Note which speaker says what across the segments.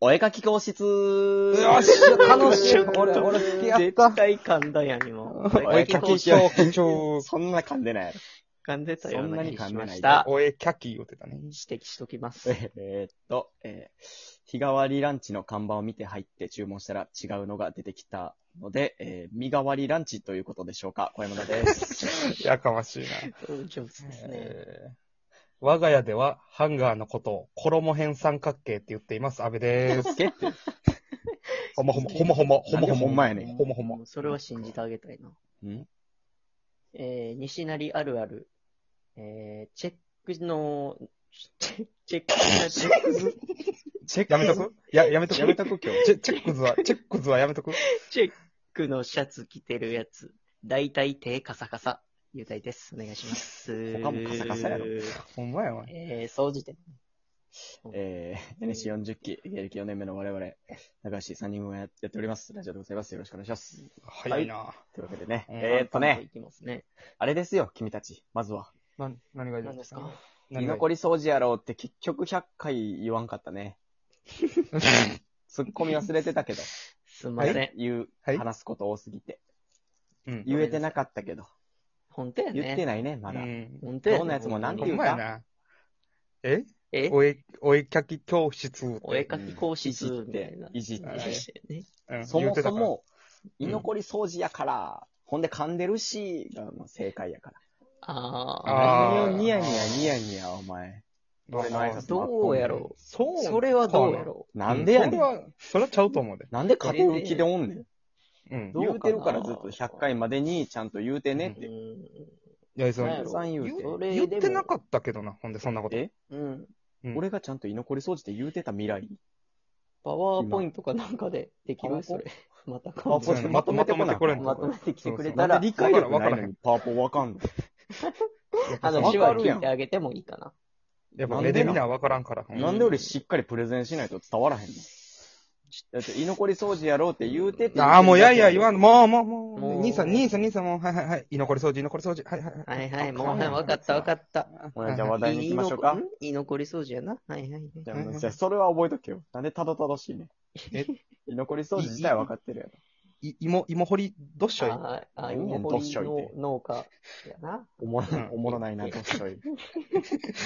Speaker 1: お絵かき教室
Speaker 2: よし楽しい俺俺好きやった
Speaker 1: 絶対噛んだやん、今。
Speaker 2: お絵
Speaker 1: 教
Speaker 2: かき教
Speaker 1: 室。
Speaker 2: 室。超
Speaker 1: そんな噛んでないやろ。噛んでたような気がしました。
Speaker 2: お絵かき言うてたね。
Speaker 1: 指摘しときます。 えーっと、えー日替わりランチの看板を見て入って注文したら違うのが出てきたので、えー身代わりランチということでしょうか。小山田です。
Speaker 2: やかましいな。
Speaker 1: 上手ですね。
Speaker 2: えー我が家ではハンガーのことを衣辺三角形って言っています。安部でーす。
Speaker 1: すげって。
Speaker 2: ほもほも、ほもほも、ほ
Speaker 1: なん
Speaker 2: もほも。
Speaker 1: でほんまやねん
Speaker 2: ほもほも。
Speaker 3: もうそれは信じてあげたいな。
Speaker 1: ん
Speaker 3: えー、西成あるある、えー、チェックの、チェチェック、チェック、
Speaker 1: チェッ
Speaker 2: やめとくや、やめとく
Speaker 1: やめとく今日。
Speaker 2: チェチェックズは、チェックズはやめとく
Speaker 3: チェックのシャツ着てるやつ。だいたい手カサカサ。優待です。お願いします。
Speaker 1: 他もカサカサやろ
Speaker 2: ほんまやわ。
Speaker 3: えー、総じて。
Speaker 1: えー、NC40 期、芸歴4年目の我々、中橋3人もやっております。ラジオでございます。よろしくお願いします。
Speaker 2: 早いな。
Speaker 1: というわけでね、
Speaker 2: うん
Speaker 1: えー、っとね、
Speaker 3: いきますね。
Speaker 1: あれですよ、君たち。まずは。
Speaker 2: な、何がいい
Speaker 3: 何ですか
Speaker 1: 居残り掃除やろうって結局100回言わんかった ね。ツッコミ忘れてたけど、
Speaker 3: すんません。
Speaker 1: 言う、
Speaker 2: はい
Speaker 1: 話すこと多すぎて。
Speaker 2: うん。
Speaker 1: 言えてなかったけど、
Speaker 3: 本当やね。
Speaker 1: 言ってないね、まだ。
Speaker 2: うん
Speaker 3: 本当やね。
Speaker 1: どんなやつもなんて
Speaker 2: ほ
Speaker 1: 言う
Speaker 2: んま
Speaker 1: か
Speaker 2: やな。え
Speaker 3: え
Speaker 2: お絵、お絵かき教室って。
Speaker 3: お絵かき講師図みたいな。
Speaker 1: いじって
Speaker 2: いじ
Speaker 3: ね
Speaker 2: うん
Speaker 1: そ
Speaker 2: 言う
Speaker 1: も
Speaker 2: てた
Speaker 1: そ
Speaker 2: から
Speaker 1: も、居残り掃除やから、ほんで噛んでるし、がもう正解やから。
Speaker 3: あ
Speaker 1: 何
Speaker 2: あー
Speaker 1: をニヤニヤニヤニヤ、お前。俺の挨
Speaker 3: あ。
Speaker 1: 拶
Speaker 3: どうやろ。
Speaker 2: そうう。
Speaker 3: それはどうやろ
Speaker 1: なんでやね
Speaker 2: それ
Speaker 1: ん。
Speaker 2: は、それはちゃうと思うで。
Speaker 1: なんで家庭浮きでおんねん。
Speaker 2: うん。
Speaker 3: どうか
Speaker 1: 言
Speaker 3: な
Speaker 1: うてるからずっと100回までにちゃんと言うてねっ
Speaker 3: う。
Speaker 1: て。
Speaker 2: いや、そ
Speaker 3: なんや
Speaker 2: の
Speaker 3: ろ
Speaker 1: さん言
Speaker 2: 言
Speaker 1: う
Speaker 3: そ
Speaker 1: て。
Speaker 3: れ
Speaker 2: 言ってな
Speaker 3: っ
Speaker 2: かったけどな、ほんで、そんなこと。
Speaker 1: え
Speaker 3: た。うん。
Speaker 2: うん
Speaker 1: 俺がちゃんと居残り掃除って言うてた未来。
Speaker 3: パワーポイントかなんかででき
Speaker 1: パワ
Speaker 3: る
Speaker 1: ーポ
Speaker 3: それ。また
Speaker 1: パワーポイントまとめてこな
Speaker 2: ま
Speaker 1: い
Speaker 2: これん
Speaker 3: ま
Speaker 2: と
Speaker 3: とめてきてくれ
Speaker 1: な
Speaker 3: た
Speaker 1: ん
Speaker 3: ら
Speaker 1: で、理解力
Speaker 2: わか
Speaker 1: な
Speaker 2: らん
Speaker 1: いのにパワーポわかんの
Speaker 3: あの、
Speaker 1: わ
Speaker 3: 手
Speaker 1: か
Speaker 3: 話
Speaker 1: るやん
Speaker 3: 聞いてあげてもいいかな。
Speaker 2: やっぱ目で見なわからんから。
Speaker 3: うん
Speaker 1: なんで俺しっかりプレゼンしないと伝わらへんのだって居残り掃除やろうって言うてって。
Speaker 2: ああ、もういやいや言わ
Speaker 1: ん。
Speaker 2: ん。もうもう
Speaker 3: も
Speaker 2: も
Speaker 3: う
Speaker 2: う。兄さん、兄さん、兄さん、もう、はいはいはい。居残り掃除、居残り掃除。はいはいはい。
Speaker 3: はいはい、もう、
Speaker 1: わかん
Speaker 3: は
Speaker 1: ない
Speaker 3: い、わかったわかった。
Speaker 1: ほらじゃあ話題に行きましょうか
Speaker 3: いいの。ん居残り掃除やな。はいはいはい。
Speaker 1: じゃあじゃあそれは覚えとけよ。なんでたどたどしいねん。
Speaker 2: え
Speaker 1: 居残り掃除自体は分かってるやろ。
Speaker 2: い芋、芋掘り、どっしょい。
Speaker 3: あーあー、
Speaker 1: う
Speaker 3: 居
Speaker 1: ん
Speaker 3: 残
Speaker 1: どっ
Speaker 3: り
Speaker 1: しょい
Speaker 3: の
Speaker 1: て
Speaker 3: 農家やな。
Speaker 1: おもろ
Speaker 2: うん
Speaker 1: おもろないな、どっしょい。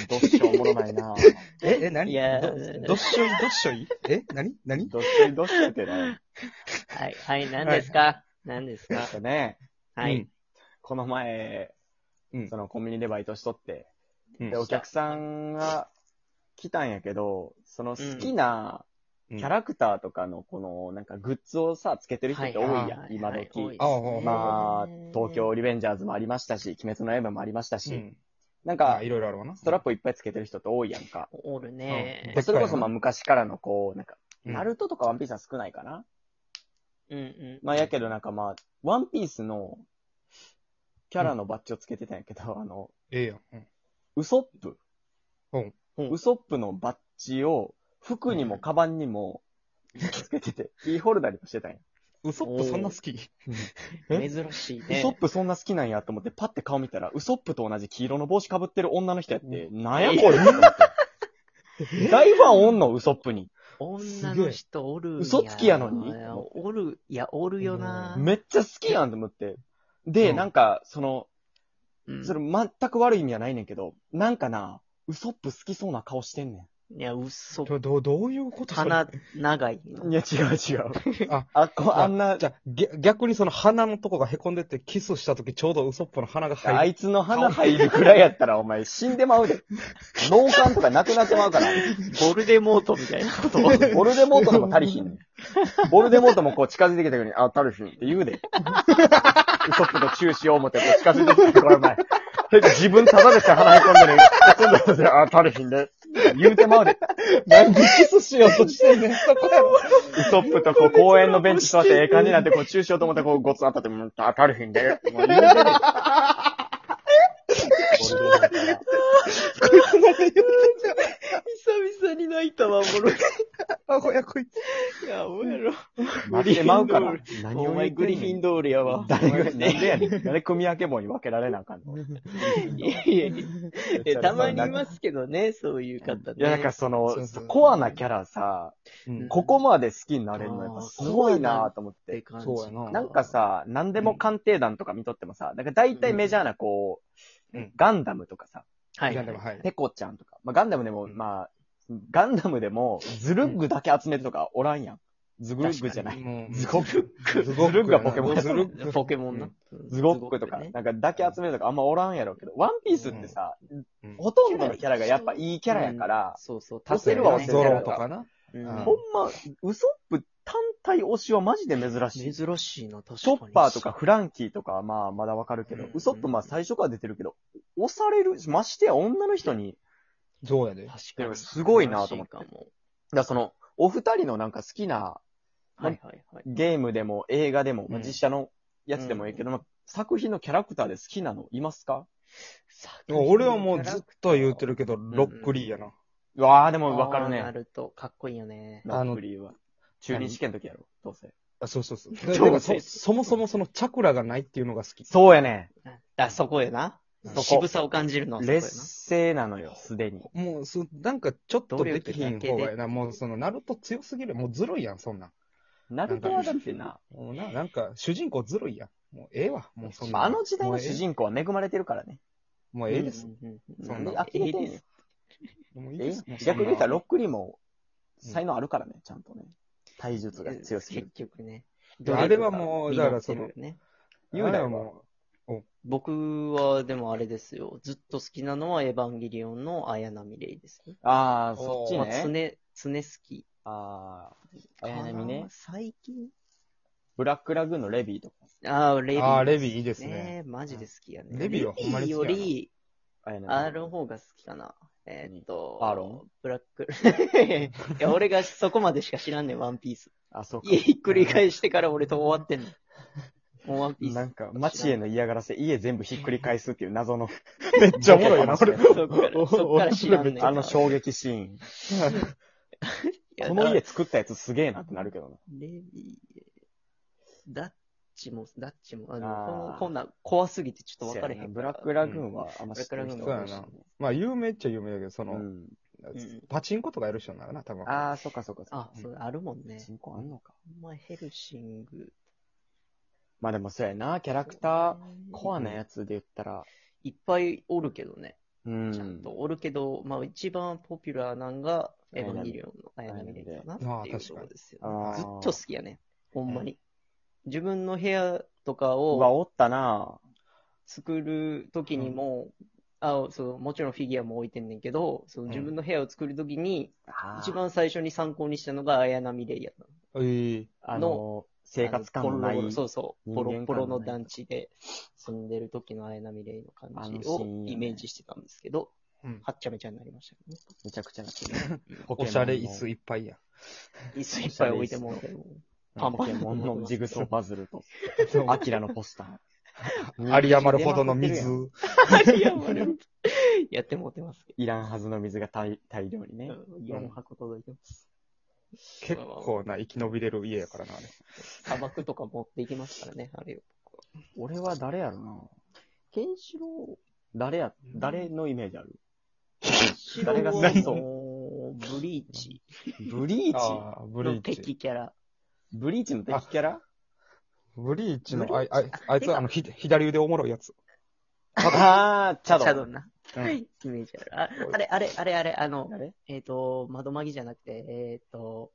Speaker 1: どっしょいおもろないな。
Speaker 2: え、え、何
Speaker 3: いや
Speaker 2: ど
Speaker 3: ー
Speaker 2: どっしょい、どっしょい。え、何何
Speaker 1: どっしょいどっしょいってな。
Speaker 3: はい、はい、何ですか何です
Speaker 1: な
Speaker 3: か
Speaker 1: んかね、
Speaker 3: は
Speaker 2: う
Speaker 3: い
Speaker 2: ん。
Speaker 1: この前、
Speaker 2: うん
Speaker 1: そのコンビニでバイトしとって、
Speaker 2: うん
Speaker 1: で、お客さんが来たんやけど、その好きな
Speaker 2: うん
Speaker 1: キャラクターとかのこの、なんかグッズをさ、つけてる人って多い
Speaker 2: はい
Speaker 1: やん、今時。
Speaker 2: あー
Speaker 1: まあ、東京リベンジャーズもありましたし、鬼滅の刃もありましたし、なんか
Speaker 2: あ、いろいろあるわな。
Speaker 1: ストラップいっぱいつけてる人って多いやんか。
Speaker 3: おるね
Speaker 2: う。ん
Speaker 1: それこそまあ
Speaker 2: う
Speaker 1: 昔からのこう、なんか、
Speaker 2: うん
Speaker 1: ナルトとかワンピースは少ないかな、
Speaker 3: うんうん。
Speaker 1: まあ、やけどなんかまあ、ワンピースのキャラのバッジをつけてたんやけど、あの、
Speaker 2: ええやんうん。
Speaker 1: ウソップ。
Speaker 2: うん
Speaker 3: うん
Speaker 1: ウソップのバッジを、服にもカバンにも、つけてて、キーホルダーにもしてたんや。
Speaker 2: ウソップそんな好きえ
Speaker 3: 珍しい
Speaker 1: ウ
Speaker 3: ね
Speaker 1: ソッ。プそんな好きなんやと思って、パッて顔見たら、ウソップと同じ黄色の帽子かぶってる女の人やって、なんやこれって思って 大ファンおんの、ウソップに。
Speaker 3: 女の人おるんや。
Speaker 1: 嘘つきやのに
Speaker 3: おる、いや、おるよな。
Speaker 1: めっちゃ好きやんと思って。で、
Speaker 2: うん
Speaker 1: なんか、その、
Speaker 3: うん
Speaker 1: それ全く悪い意味はないねんけど、なんかな、ウソップ好きそうな顔してんねん。
Speaker 3: いや、嘘
Speaker 2: ち。ょどう、どういうことそれ
Speaker 3: 鼻長いの。
Speaker 1: いや、違う違う。
Speaker 2: あ
Speaker 1: あ、こあんな、
Speaker 2: じゃあ、ぎ逆にその鼻のとこがへこんでて、キスしたときちょうどウソップの鼻が
Speaker 1: あ
Speaker 2: 入る。
Speaker 1: いつの鼻入るくらいやったら、お前死んでまうで。脳幹とかなくなってまうから。
Speaker 3: ボルデモートみ たいなこと。
Speaker 1: ボルデモートのも足りひんねん。ボルデモートもこう近づいてきた時に、あ、足りひんって言うで。ウソップと中止を思ってこう近づいてきて、これお前。結構自分ただでさ鼻へこんでる。そんなことで、あ、足りひんで。言うてまうで。
Speaker 2: なんでキスしようとしてんねん、そこやろ。
Speaker 1: ウソップとこう公園のベンチ座ってええ感じになって、こう中止をと思ったらこうゴツ当たって、 うん、あ、足りひんで。もう言うてる。ボルデモートから
Speaker 2: こいつまで言ってんじ
Speaker 3: 久々に泣いたわ、お もろい。
Speaker 2: ゃん。アホやこいつ。
Speaker 3: いや、おやろ。
Speaker 1: 待ってまうから。何
Speaker 3: お
Speaker 1: を
Speaker 3: 前
Speaker 1: 言っ
Speaker 3: グ
Speaker 1: て
Speaker 3: リ
Speaker 1: ん
Speaker 3: フ
Speaker 1: ね
Speaker 3: ィ
Speaker 1: ん
Speaker 3: ン。ドールやわ。
Speaker 1: 誰が、なん
Speaker 3: ね。
Speaker 1: でやねん。なんで組み分けもに分けられなあかんの。
Speaker 3: いやいやいや、たまにいますけどね、そういう方ね。
Speaker 1: いや、なんかそ
Speaker 2: そ
Speaker 1: の
Speaker 2: うそう、
Speaker 1: コアなキャラさ、
Speaker 2: うん
Speaker 1: ここまで好きになれるのやっぱすごいなと思っ
Speaker 3: ってて。感じ。
Speaker 2: そうやな
Speaker 1: なんか、さ、何でも鑑定団とか見とってもさ、なんか大体メジャーなこう、
Speaker 2: うん
Speaker 1: ガンダムとかさ、
Speaker 3: はい。
Speaker 2: ガンダムはい。
Speaker 1: ペコちゃんとか、まあガンダムでも、
Speaker 2: うん
Speaker 1: まあ、ガンダムでも、ズルッグだけ集めるとかおらんやん。ズグルッグじゃない。
Speaker 2: もう
Speaker 1: ズゴッ
Speaker 2: ズ
Speaker 1: グ。ズ
Speaker 2: ゴッ
Speaker 1: ル
Speaker 2: ク
Speaker 1: ッグ
Speaker 2: や
Speaker 1: が
Speaker 2: な
Speaker 1: ポケモン。
Speaker 2: ズルッグ
Speaker 3: ポケモンな。
Speaker 1: ズゴックとか、
Speaker 3: ね
Speaker 1: なんかだけ集めるとかあんまおらんやろうけど、ワンピースってさ、
Speaker 2: うん
Speaker 1: ほとんどのキャラがやっぱいいキャラやから、
Speaker 3: そうそう。
Speaker 1: 押
Speaker 2: そう
Speaker 1: せ
Speaker 2: や
Speaker 1: る
Speaker 2: な
Speaker 1: は押せる
Speaker 2: ゾ
Speaker 1: や
Speaker 2: ロ
Speaker 1: ろ
Speaker 2: とかな。
Speaker 3: うん
Speaker 1: ほんま、ウソップ単体推しはマジで珍しい。
Speaker 3: 珍しいな、確かに。
Speaker 1: ショッパーとかフランキーとかはまあまだわかるけど
Speaker 3: うん、
Speaker 1: ウソップまあ最初から出てるけど、押される、ましてや女の人に、
Speaker 2: そうやで。
Speaker 3: 確かに。
Speaker 1: すごいなと思って
Speaker 3: 珍しいかも
Speaker 1: だからその、お二人のなんか好きな
Speaker 3: はいはいはい。
Speaker 1: ゲームでも映画でも、まあ
Speaker 2: うん
Speaker 1: 実写のやつでもいいけど、まあ作品のキャラクターで好きなのいますか
Speaker 2: 俺はもうずっと言うて
Speaker 3: る。
Speaker 2: るけど、ロックリーやな。
Speaker 1: うわあでもわ
Speaker 3: わ
Speaker 1: かる
Speaker 3: な
Speaker 1: ね。
Speaker 3: ると、かっこいいよね。
Speaker 1: ロ
Speaker 2: あの
Speaker 1: ックリーは。中二試験の時やろ、どうせ。
Speaker 2: あ、そうそうそう。
Speaker 1: う
Speaker 2: だからそそもそもそのチャクラがないっていうのが好き。
Speaker 1: そうやね。
Speaker 3: あ、そこやな
Speaker 2: そ。
Speaker 1: こ
Speaker 3: 渋さを感じるのはそこやな。
Speaker 1: 劣勢なのよ、すでに。
Speaker 2: もうす、なんかちょっとできひん方
Speaker 3: 努力だ
Speaker 2: が
Speaker 3: け
Speaker 2: いいな。もうその、ナルト強すぎる。もうずるいやん、そんなん。
Speaker 1: ナルトはだってな、
Speaker 2: もうな、なんか、主人公ずるいやん。もうええわ。もうそん
Speaker 1: ま
Speaker 2: な。
Speaker 1: ああの時代の主
Speaker 2: 公。
Speaker 1: 人公は恵まれてるからね。
Speaker 2: もうええです。
Speaker 3: うんうんうん。
Speaker 2: そ
Speaker 1: なんん
Speaker 2: な
Speaker 1: で
Speaker 2: の
Speaker 1: 呆れてんねん
Speaker 3: え
Speaker 2: もういい
Speaker 1: え
Speaker 2: です。もうそんな
Speaker 1: 逆に言ったら、ロックリーも才能あるからね、ちゃんとね。体術が強すぎる
Speaker 3: 結。局ね。
Speaker 2: いやあれはもう、だからそ
Speaker 3: 実っ
Speaker 2: の
Speaker 3: て、るよね
Speaker 1: 雄大は
Speaker 2: あれも
Speaker 3: 僕は、でもあれですよ。ずっと好きなのは、エヴァンゲリオンの綾波レイですね。
Speaker 1: ああ、
Speaker 2: おー
Speaker 1: そっち
Speaker 3: まあ、常、常
Speaker 1: ね。
Speaker 3: 好き。
Speaker 1: ああ、綾波ね。
Speaker 3: 最近
Speaker 1: ブラックラグーンのレビーとか。
Speaker 3: ああ、レビー。
Speaker 2: あーレビーいいですね
Speaker 3: マジで好きやね。
Speaker 2: レビーはほんまに好きやな
Speaker 3: レビーより、
Speaker 1: 綾波
Speaker 3: あの方が好きかな。えーっと、
Speaker 1: アーロン
Speaker 3: ブラック。 いや、俺がそこまでしか知らんねん、ワンピース。
Speaker 1: あ、 そうか。
Speaker 3: 家ひっくり返してから俺と終わってんの。もうワンピース。
Speaker 1: なんか、街への嫌がらせ、家全部ひっくり返すっていう謎 の、
Speaker 2: めっちゃおもろいな、
Speaker 1: そう
Speaker 2: これ。
Speaker 3: そっから、そっから知らんねん。
Speaker 1: あの衝撃シーン。
Speaker 3: いや
Speaker 1: この家作ったやつすげえなってなるけどな。
Speaker 3: レビー、ダッチも、ダッチも、あ
Speaker 1: あー
Speaker 3: の、このこんな怖すぎてちょっと分かれへん
Speaker 1: ブ
Speaker 3: から。
Speaker 1: ラックラグーンはあんま知ってる人
Speaker 3: ブ
Speaker 2: ラ
Speaker 1: 多い
Speaker 2: ックラグ
Speaker 1: し
Speaker 2: ーンはまあ、有名っちゃ有名だけど、その、
Speaker 1: うん。
Speaker 3: ん
Speaker 2: パチンコとかやる人ならな、多分。
Speaker 1: ああ、そっかそっかそっ
Speaker 3: あ
Speaker 1: か。、
Speaker 3: そう、あるもんね。
Speaker 1: 人口あんのか。
Speaker 3: ほんまヘルシング。
Speaker 1: まあでもそうやな、キャ
Speaker 3: キ
Speaker 1: ラクター、コアなやつで言ったら、
Speaker 3: いっぱいおるけどね。
Speaker 1: うん。
Speaker 3: ちゃんとおるけど、まあ一番ポピュラーなんが、エヴァンゲリオンの綾波レイかなって
Speaker 2: あー
Speaker 3: いう
Speaker 2: 確
Speaker 3: と
Speaker 2: か
Speaker 3: こ
Speaker 2: に
Speaker 3: ろですよ
Speaker 1: あー
Speaker 3: ね。ずっと好きやね。ほんまに。自分の部屋とかを、
Speaker 1: うわ、おったな
Speaker 3: 作る時にも、あそのもちろんフィギュアも置いてんねんけど、その自分の部屋を作る時に、一番最初に参考にしたのが綾波レイやったの。
Speaker 2: ええ
Speaker 1: あの、生活感のな
Speaker 3: あ
Speaker 1: い
Speaker 3: ボロボロそうそう、
Speaker 1: 人
Speaker 3: ボ
Speaker 1: 間感のない
Speaker 3: ロッボロの団地で住んでる時の綾波レイの感
Speaker 1: あの
Speaker 3: じ
Speaker 1: シー
Speaker 3: を
Speaker 1: ンね
Speaker 3: イメージしてたんですけど、
Speaker 2: うん
Speaker 3: はっちゃめちゃになりましたけどね。
Speaker 1: めちゃくちゃなってる
Speaker 2: おしゃれ椅子いっぱいや。
Speaker 3: 椅子いっぱい置いてもらっても。パン
Speaker 1: ポ
Speaker 3: パン
Speaker 1: ケモンのジグソーパズルと、 アキラのポスター。
Speaker 2: あり余るほどの水。
Speaker 3: いや、もうねやってもうてますけ
Speaker 1: いらんはずの水が大大量にね
Speaker 3: ど。。4箱届いてます。
Speaker 2: 結構な、生き延びれる家やからな、あれ。
Speaker 3: 砂漠とか持っていきますからね、あれを。
Speaker 1: 俺は誰やろな
Speaker 3: ケンシロウ
Speaker 1: 誰や、誰のイメージある誰
Speaker 3: 誰が
Speaker 1: が
Speaker 3: 好
Speaker 1: 好
Speaker 3: き
Speaker 1: き
Speaker 3: そう。ブリーチ
Speaker 1: ブリーチ
Speaker 2: ああ、ブリ
Speaker 3: の
Speaker 2: ーチ。
Speaker 3: 敵キャラ。
Speaker 1: ブリーチの敵キャラ
Speaker 2: ブリーチの、
Speaker 3: ブ
Speaker 2: あ
Speaker 3: リー
Speaker 2: い
Speaker 3: チ
Speaker 2: あいあいつは、あの、ひ左腕おもろいやつ。
Speaker 1: あー、チャド。
Speaker 3: シャドウな。
Speaker 2: うん
Speaker 3: イメージある。ああれ、あれ、あれ、あれ、あの、
Speaker 1: 誰
Speaker 3: えっ、と、窓マギじゃなくて、えっ、と、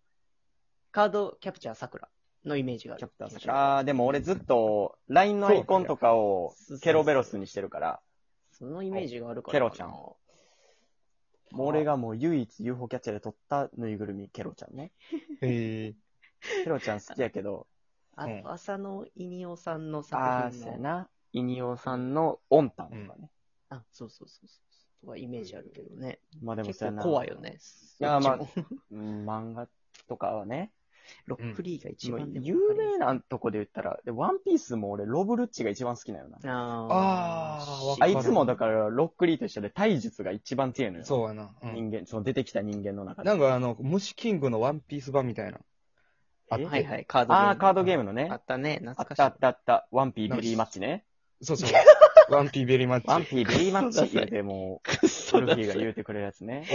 Speaker 3: カードキャプチャーさくらのイメージがあ
Speaker 1: キャ
Speaker 3: る
Speaker 1: プ。ターさんあー、でも俺ずっと、LINE のアイコンとかを
Speaker 3: そうそう、
Speaker 1: ケロベロスにしてるから、
Speaker 3: そのイメージがあるから。
Speaker 1: ケロちゃん。もう俺がもう唯一 UFO キャッチャーで撮ったぬいぐるみ、ケロちゃんね。
Speaker 2: ええ
Speaker 1: ケロちゃん好きやけど、
Speaker 3: あ
Speaker 2: うん
Speaker 3: と、浅野いにおさんの作
Speaker 1: ああ、
Speaker 3: 品
Speaker 1: そう
Speaker 3: の
Speaker 1: やな。イニオさんのオンタンとかね。
Speaker 3: あ、そうそうそうそう。とかイメージあるけどね。
Speaker 1: まあでも
Speaker 3: 結
Speaker 1: そうや
Speaker 3: 構
Speaker 1: な。
Speaker 3: 怖いよね。
Speaker 1: いやーまあ
Speaker 3: そっちも
Speaker 1: うん漫画とかはね。
Speaker 3: ロックリーが一番でも
Speaker 1: 有名なとこで言ったら、でワンピースも俺、ロブルッチが一番好きなよな。
Speaker 3: あ
Speaker 2: あーわ
Speaker 3: ー
Speaker 2: か
Speaker 1: あ
Speaker 2: る
Speaker 1: いつもだから、ロックリーと一緒で体術が一番強いのよ。
Speaker 2: そうやな。うん
Speaker 1: 人間、その出てきた人間の中で。
Speaker 2: なんかあの、虫キングのワンピース版みたいな。あって
Speaker 3: はいはい、カードゲーム。
Speaker 1: ああ、カードゲームのね
Speaker 3: あ。ったね、
Speaker 1: あ
Speaker 3: 懐
Speaker 1: っ
Speaker 3: かしい。
Speaker 1: たあったあった。ワンピーベリーマッチね。
Speaker 2: そうそう。ワンピーベリーマッチ。
Speaker 1: ワンピーベリーマッチって言うて、も
Speaker 3: くっ
Speaker 1: う、
Speaker 3: そ
Speaker 1: ル
Speaker 3: だ
Speaker 1: フィが言うてくれるやつね。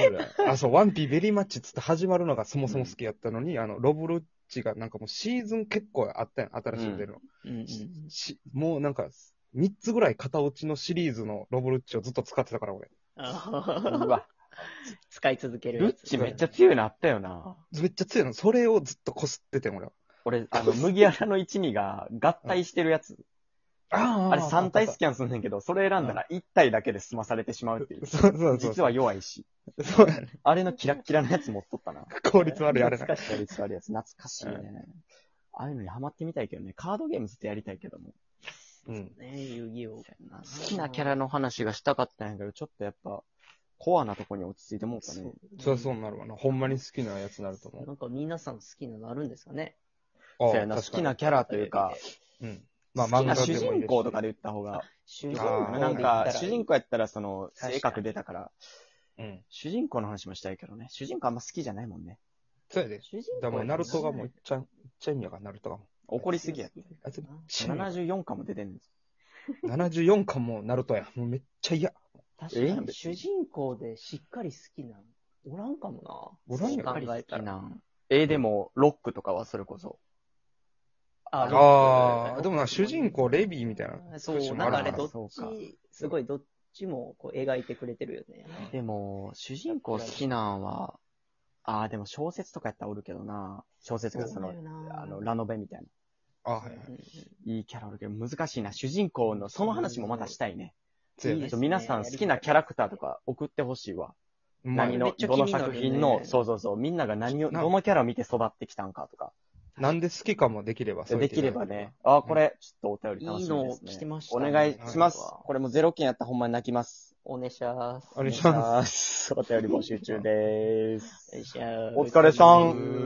Speaker 2: あ、そう、ワンピーベリーマッチっつって始まるのがそもそも好きやったのに、あの、ロブルッチがなんかもうシーズン結構あったやん、新しい出るの。
Speaker 3: うんうん
Speaker 2: しもうなんか、3つぐらい片落ちのシリーズのロブルッチをずっと使ってたから 俺。
Speaker 1: う
Speaker 3: あー
Speaker 1: わ、
Speaker 3: 使い続ける
Speaker 1: ル
Speaker 3: や
Speaker 1: ッ
Speaker 3: つ。
Speaker 1: チめっちゃ強いのあったよな。
Speaker 2: めっちゃ強いの。それをずっとこすっててん俺は。
Speaker 1: 俺、あの、麦わらの一味が合体してるやつ。
Speaker 2: あ
Speaker 1: あれ3体スキャンすんねんけど、それ選んだら1体だけで済まされてしまうっていう。
Speaker 2: そうそうそう。
Speaker 1: 実は弱いし。
Speaker 2: そうやね。
Speaker 1: あれのキラッキラのやつ持っとったな。
Speaker 2: 効率悪いあれな
Speaker 1: 懐。かしい。効率悪いやつ。懐かしいね。ああいうのにハマってみたいけどね。カードゲームずっとやりたいけども。
Speaker 2: うん。
Speaker 3: ね、遊戯王。
Speaker 1: 好きなキャラの話がしたかったんやけど、ちょっとやっぱ、コアなとこに落ち着いてもうたね。
Speaker 2: そりゃそうなるわな。ほんまに好きなやつになると思う。
Speaker 3: なんか皆さん好きなのあるんですかね
Speaker 2: ああ
Speaker 1: そうやな。好きなキャラというか、
Speaker 2: うん。ま
Speaker 1: ま
Speaker 2: あ、
Speaker 1: あ、好
Speaker 2: 漫
Speaker 1: き
Speaker 2: 画
Speaker 1: な
Speaker 2: でもい
Speaker 1: 主
Speaker 2: いですし
Speaker 1: 人公とかで言った方が、
Speaker 3: 主人
Speaker 2: あ
Speaker 3: 公
Speaker 2: ー
Speaker 1: なんか、主人
Speaker 3: 公
Speaker 1: 公やったらその、
Speaker 3: 確かに
Speaker 1: 性格出たから、
Speaker 2: うん。
Speaker 1: 主人公の話もしたいけどね。主人公あんま好きじゃないもんね。
Speaker 2: そうやで。
Speaker 3: 主人
Speaker 2: だ
Speaker 3: 公
Speaker 2: からもう、ナルトがもう、いっ
Speaker 3: や
Speaker 2: ちゃん、いっちゃんやから、ナルトがも
Speaker 1: 怒りすぎや。
Speaker 2: あいつう。
Speaker 1: 74巻も出てんです。
Speaker 2: 74巻もナルトや。もうめっちゃ嫌。
Speaker 3: 確
Speaker 1: ええや
Speaker 3: か
Speaker 1: ん
Speaker 3: に
Speaker 1: 別
Speaker 3: 主
Speaker 1: に
Speaker 3: 人公でしっかり好きなのおらんかもな。
Speaker 2: おらんよ
Speaker 3: そう考えたら。
Speaker 1: な。えー、でも、ロックとかはそれこそ。
Speaker 3: あ
Speaker 2: ああ、でもな、主人公レビーみたいな。
Speaker 3: そう、なんかあ
Speaker 1: あ
Speaker 3: れ、どっ
Speaker 1: そうか
Speaker 3: ち、すごいどっちもこう描いてくれてるよね。
Speaker 1: でも、主人公好きなんは、ああ、でも小説とかやったらおるけどな。小説がその、あの、ラノベみたいな。
Speaker 2: ああ、はいはい。
Speaker 1: いいキャラおるけど、難しいな。主人公の、その話もまたしたいね。
Speaker 2: そうや
Speaker 3: いい
Speaker 2: ね
Speaker 3: で
Speaker 1: ち
Speaker 3: す
Speaker 1: ょっと
Speaker 3: ね
Speaker 1: 皆さん好きなキャラクターとか送ってほしいわ。
Speaker 2: うま
Speaker 1: 何
Speaker 2: い
Speaker 3: め
Speaker 1: の、
Speaker 3: っちゃ
Speaker 1: どの
Speaker 3: 気になる
Speaker 1: 作
Speaker 3: ね
Speaker 1: 品の、そうそうそう、みんなが何を、
Speaker 2: な
Speaker 1: どのキャラを見て育ってきたんかとか、
Speaker 2: なんで好きかもできれば、
Speaker 1: できればね。。あ、これ、ちょっとお便り楽
Speaker 3: いい
Speaker 1: しみ
Speaker 3: の
Speaker 1: で
Speaker 3: を
Speaker 1: すね。
Speaker 3: 来てました
Speaker 1: お
Speaker 3: ね。
Speaker 1: 願いします
Speaker 3: は。
Speaker 1: これもゼロ件やったらほんまに泣きます。
Speaker 3: お願いします。
Speaker 2: お願いし
Speaker 1: お願いします。お便り募集中でーす。
Speaker 3: お願いします
Speaker 1: お疲れさん。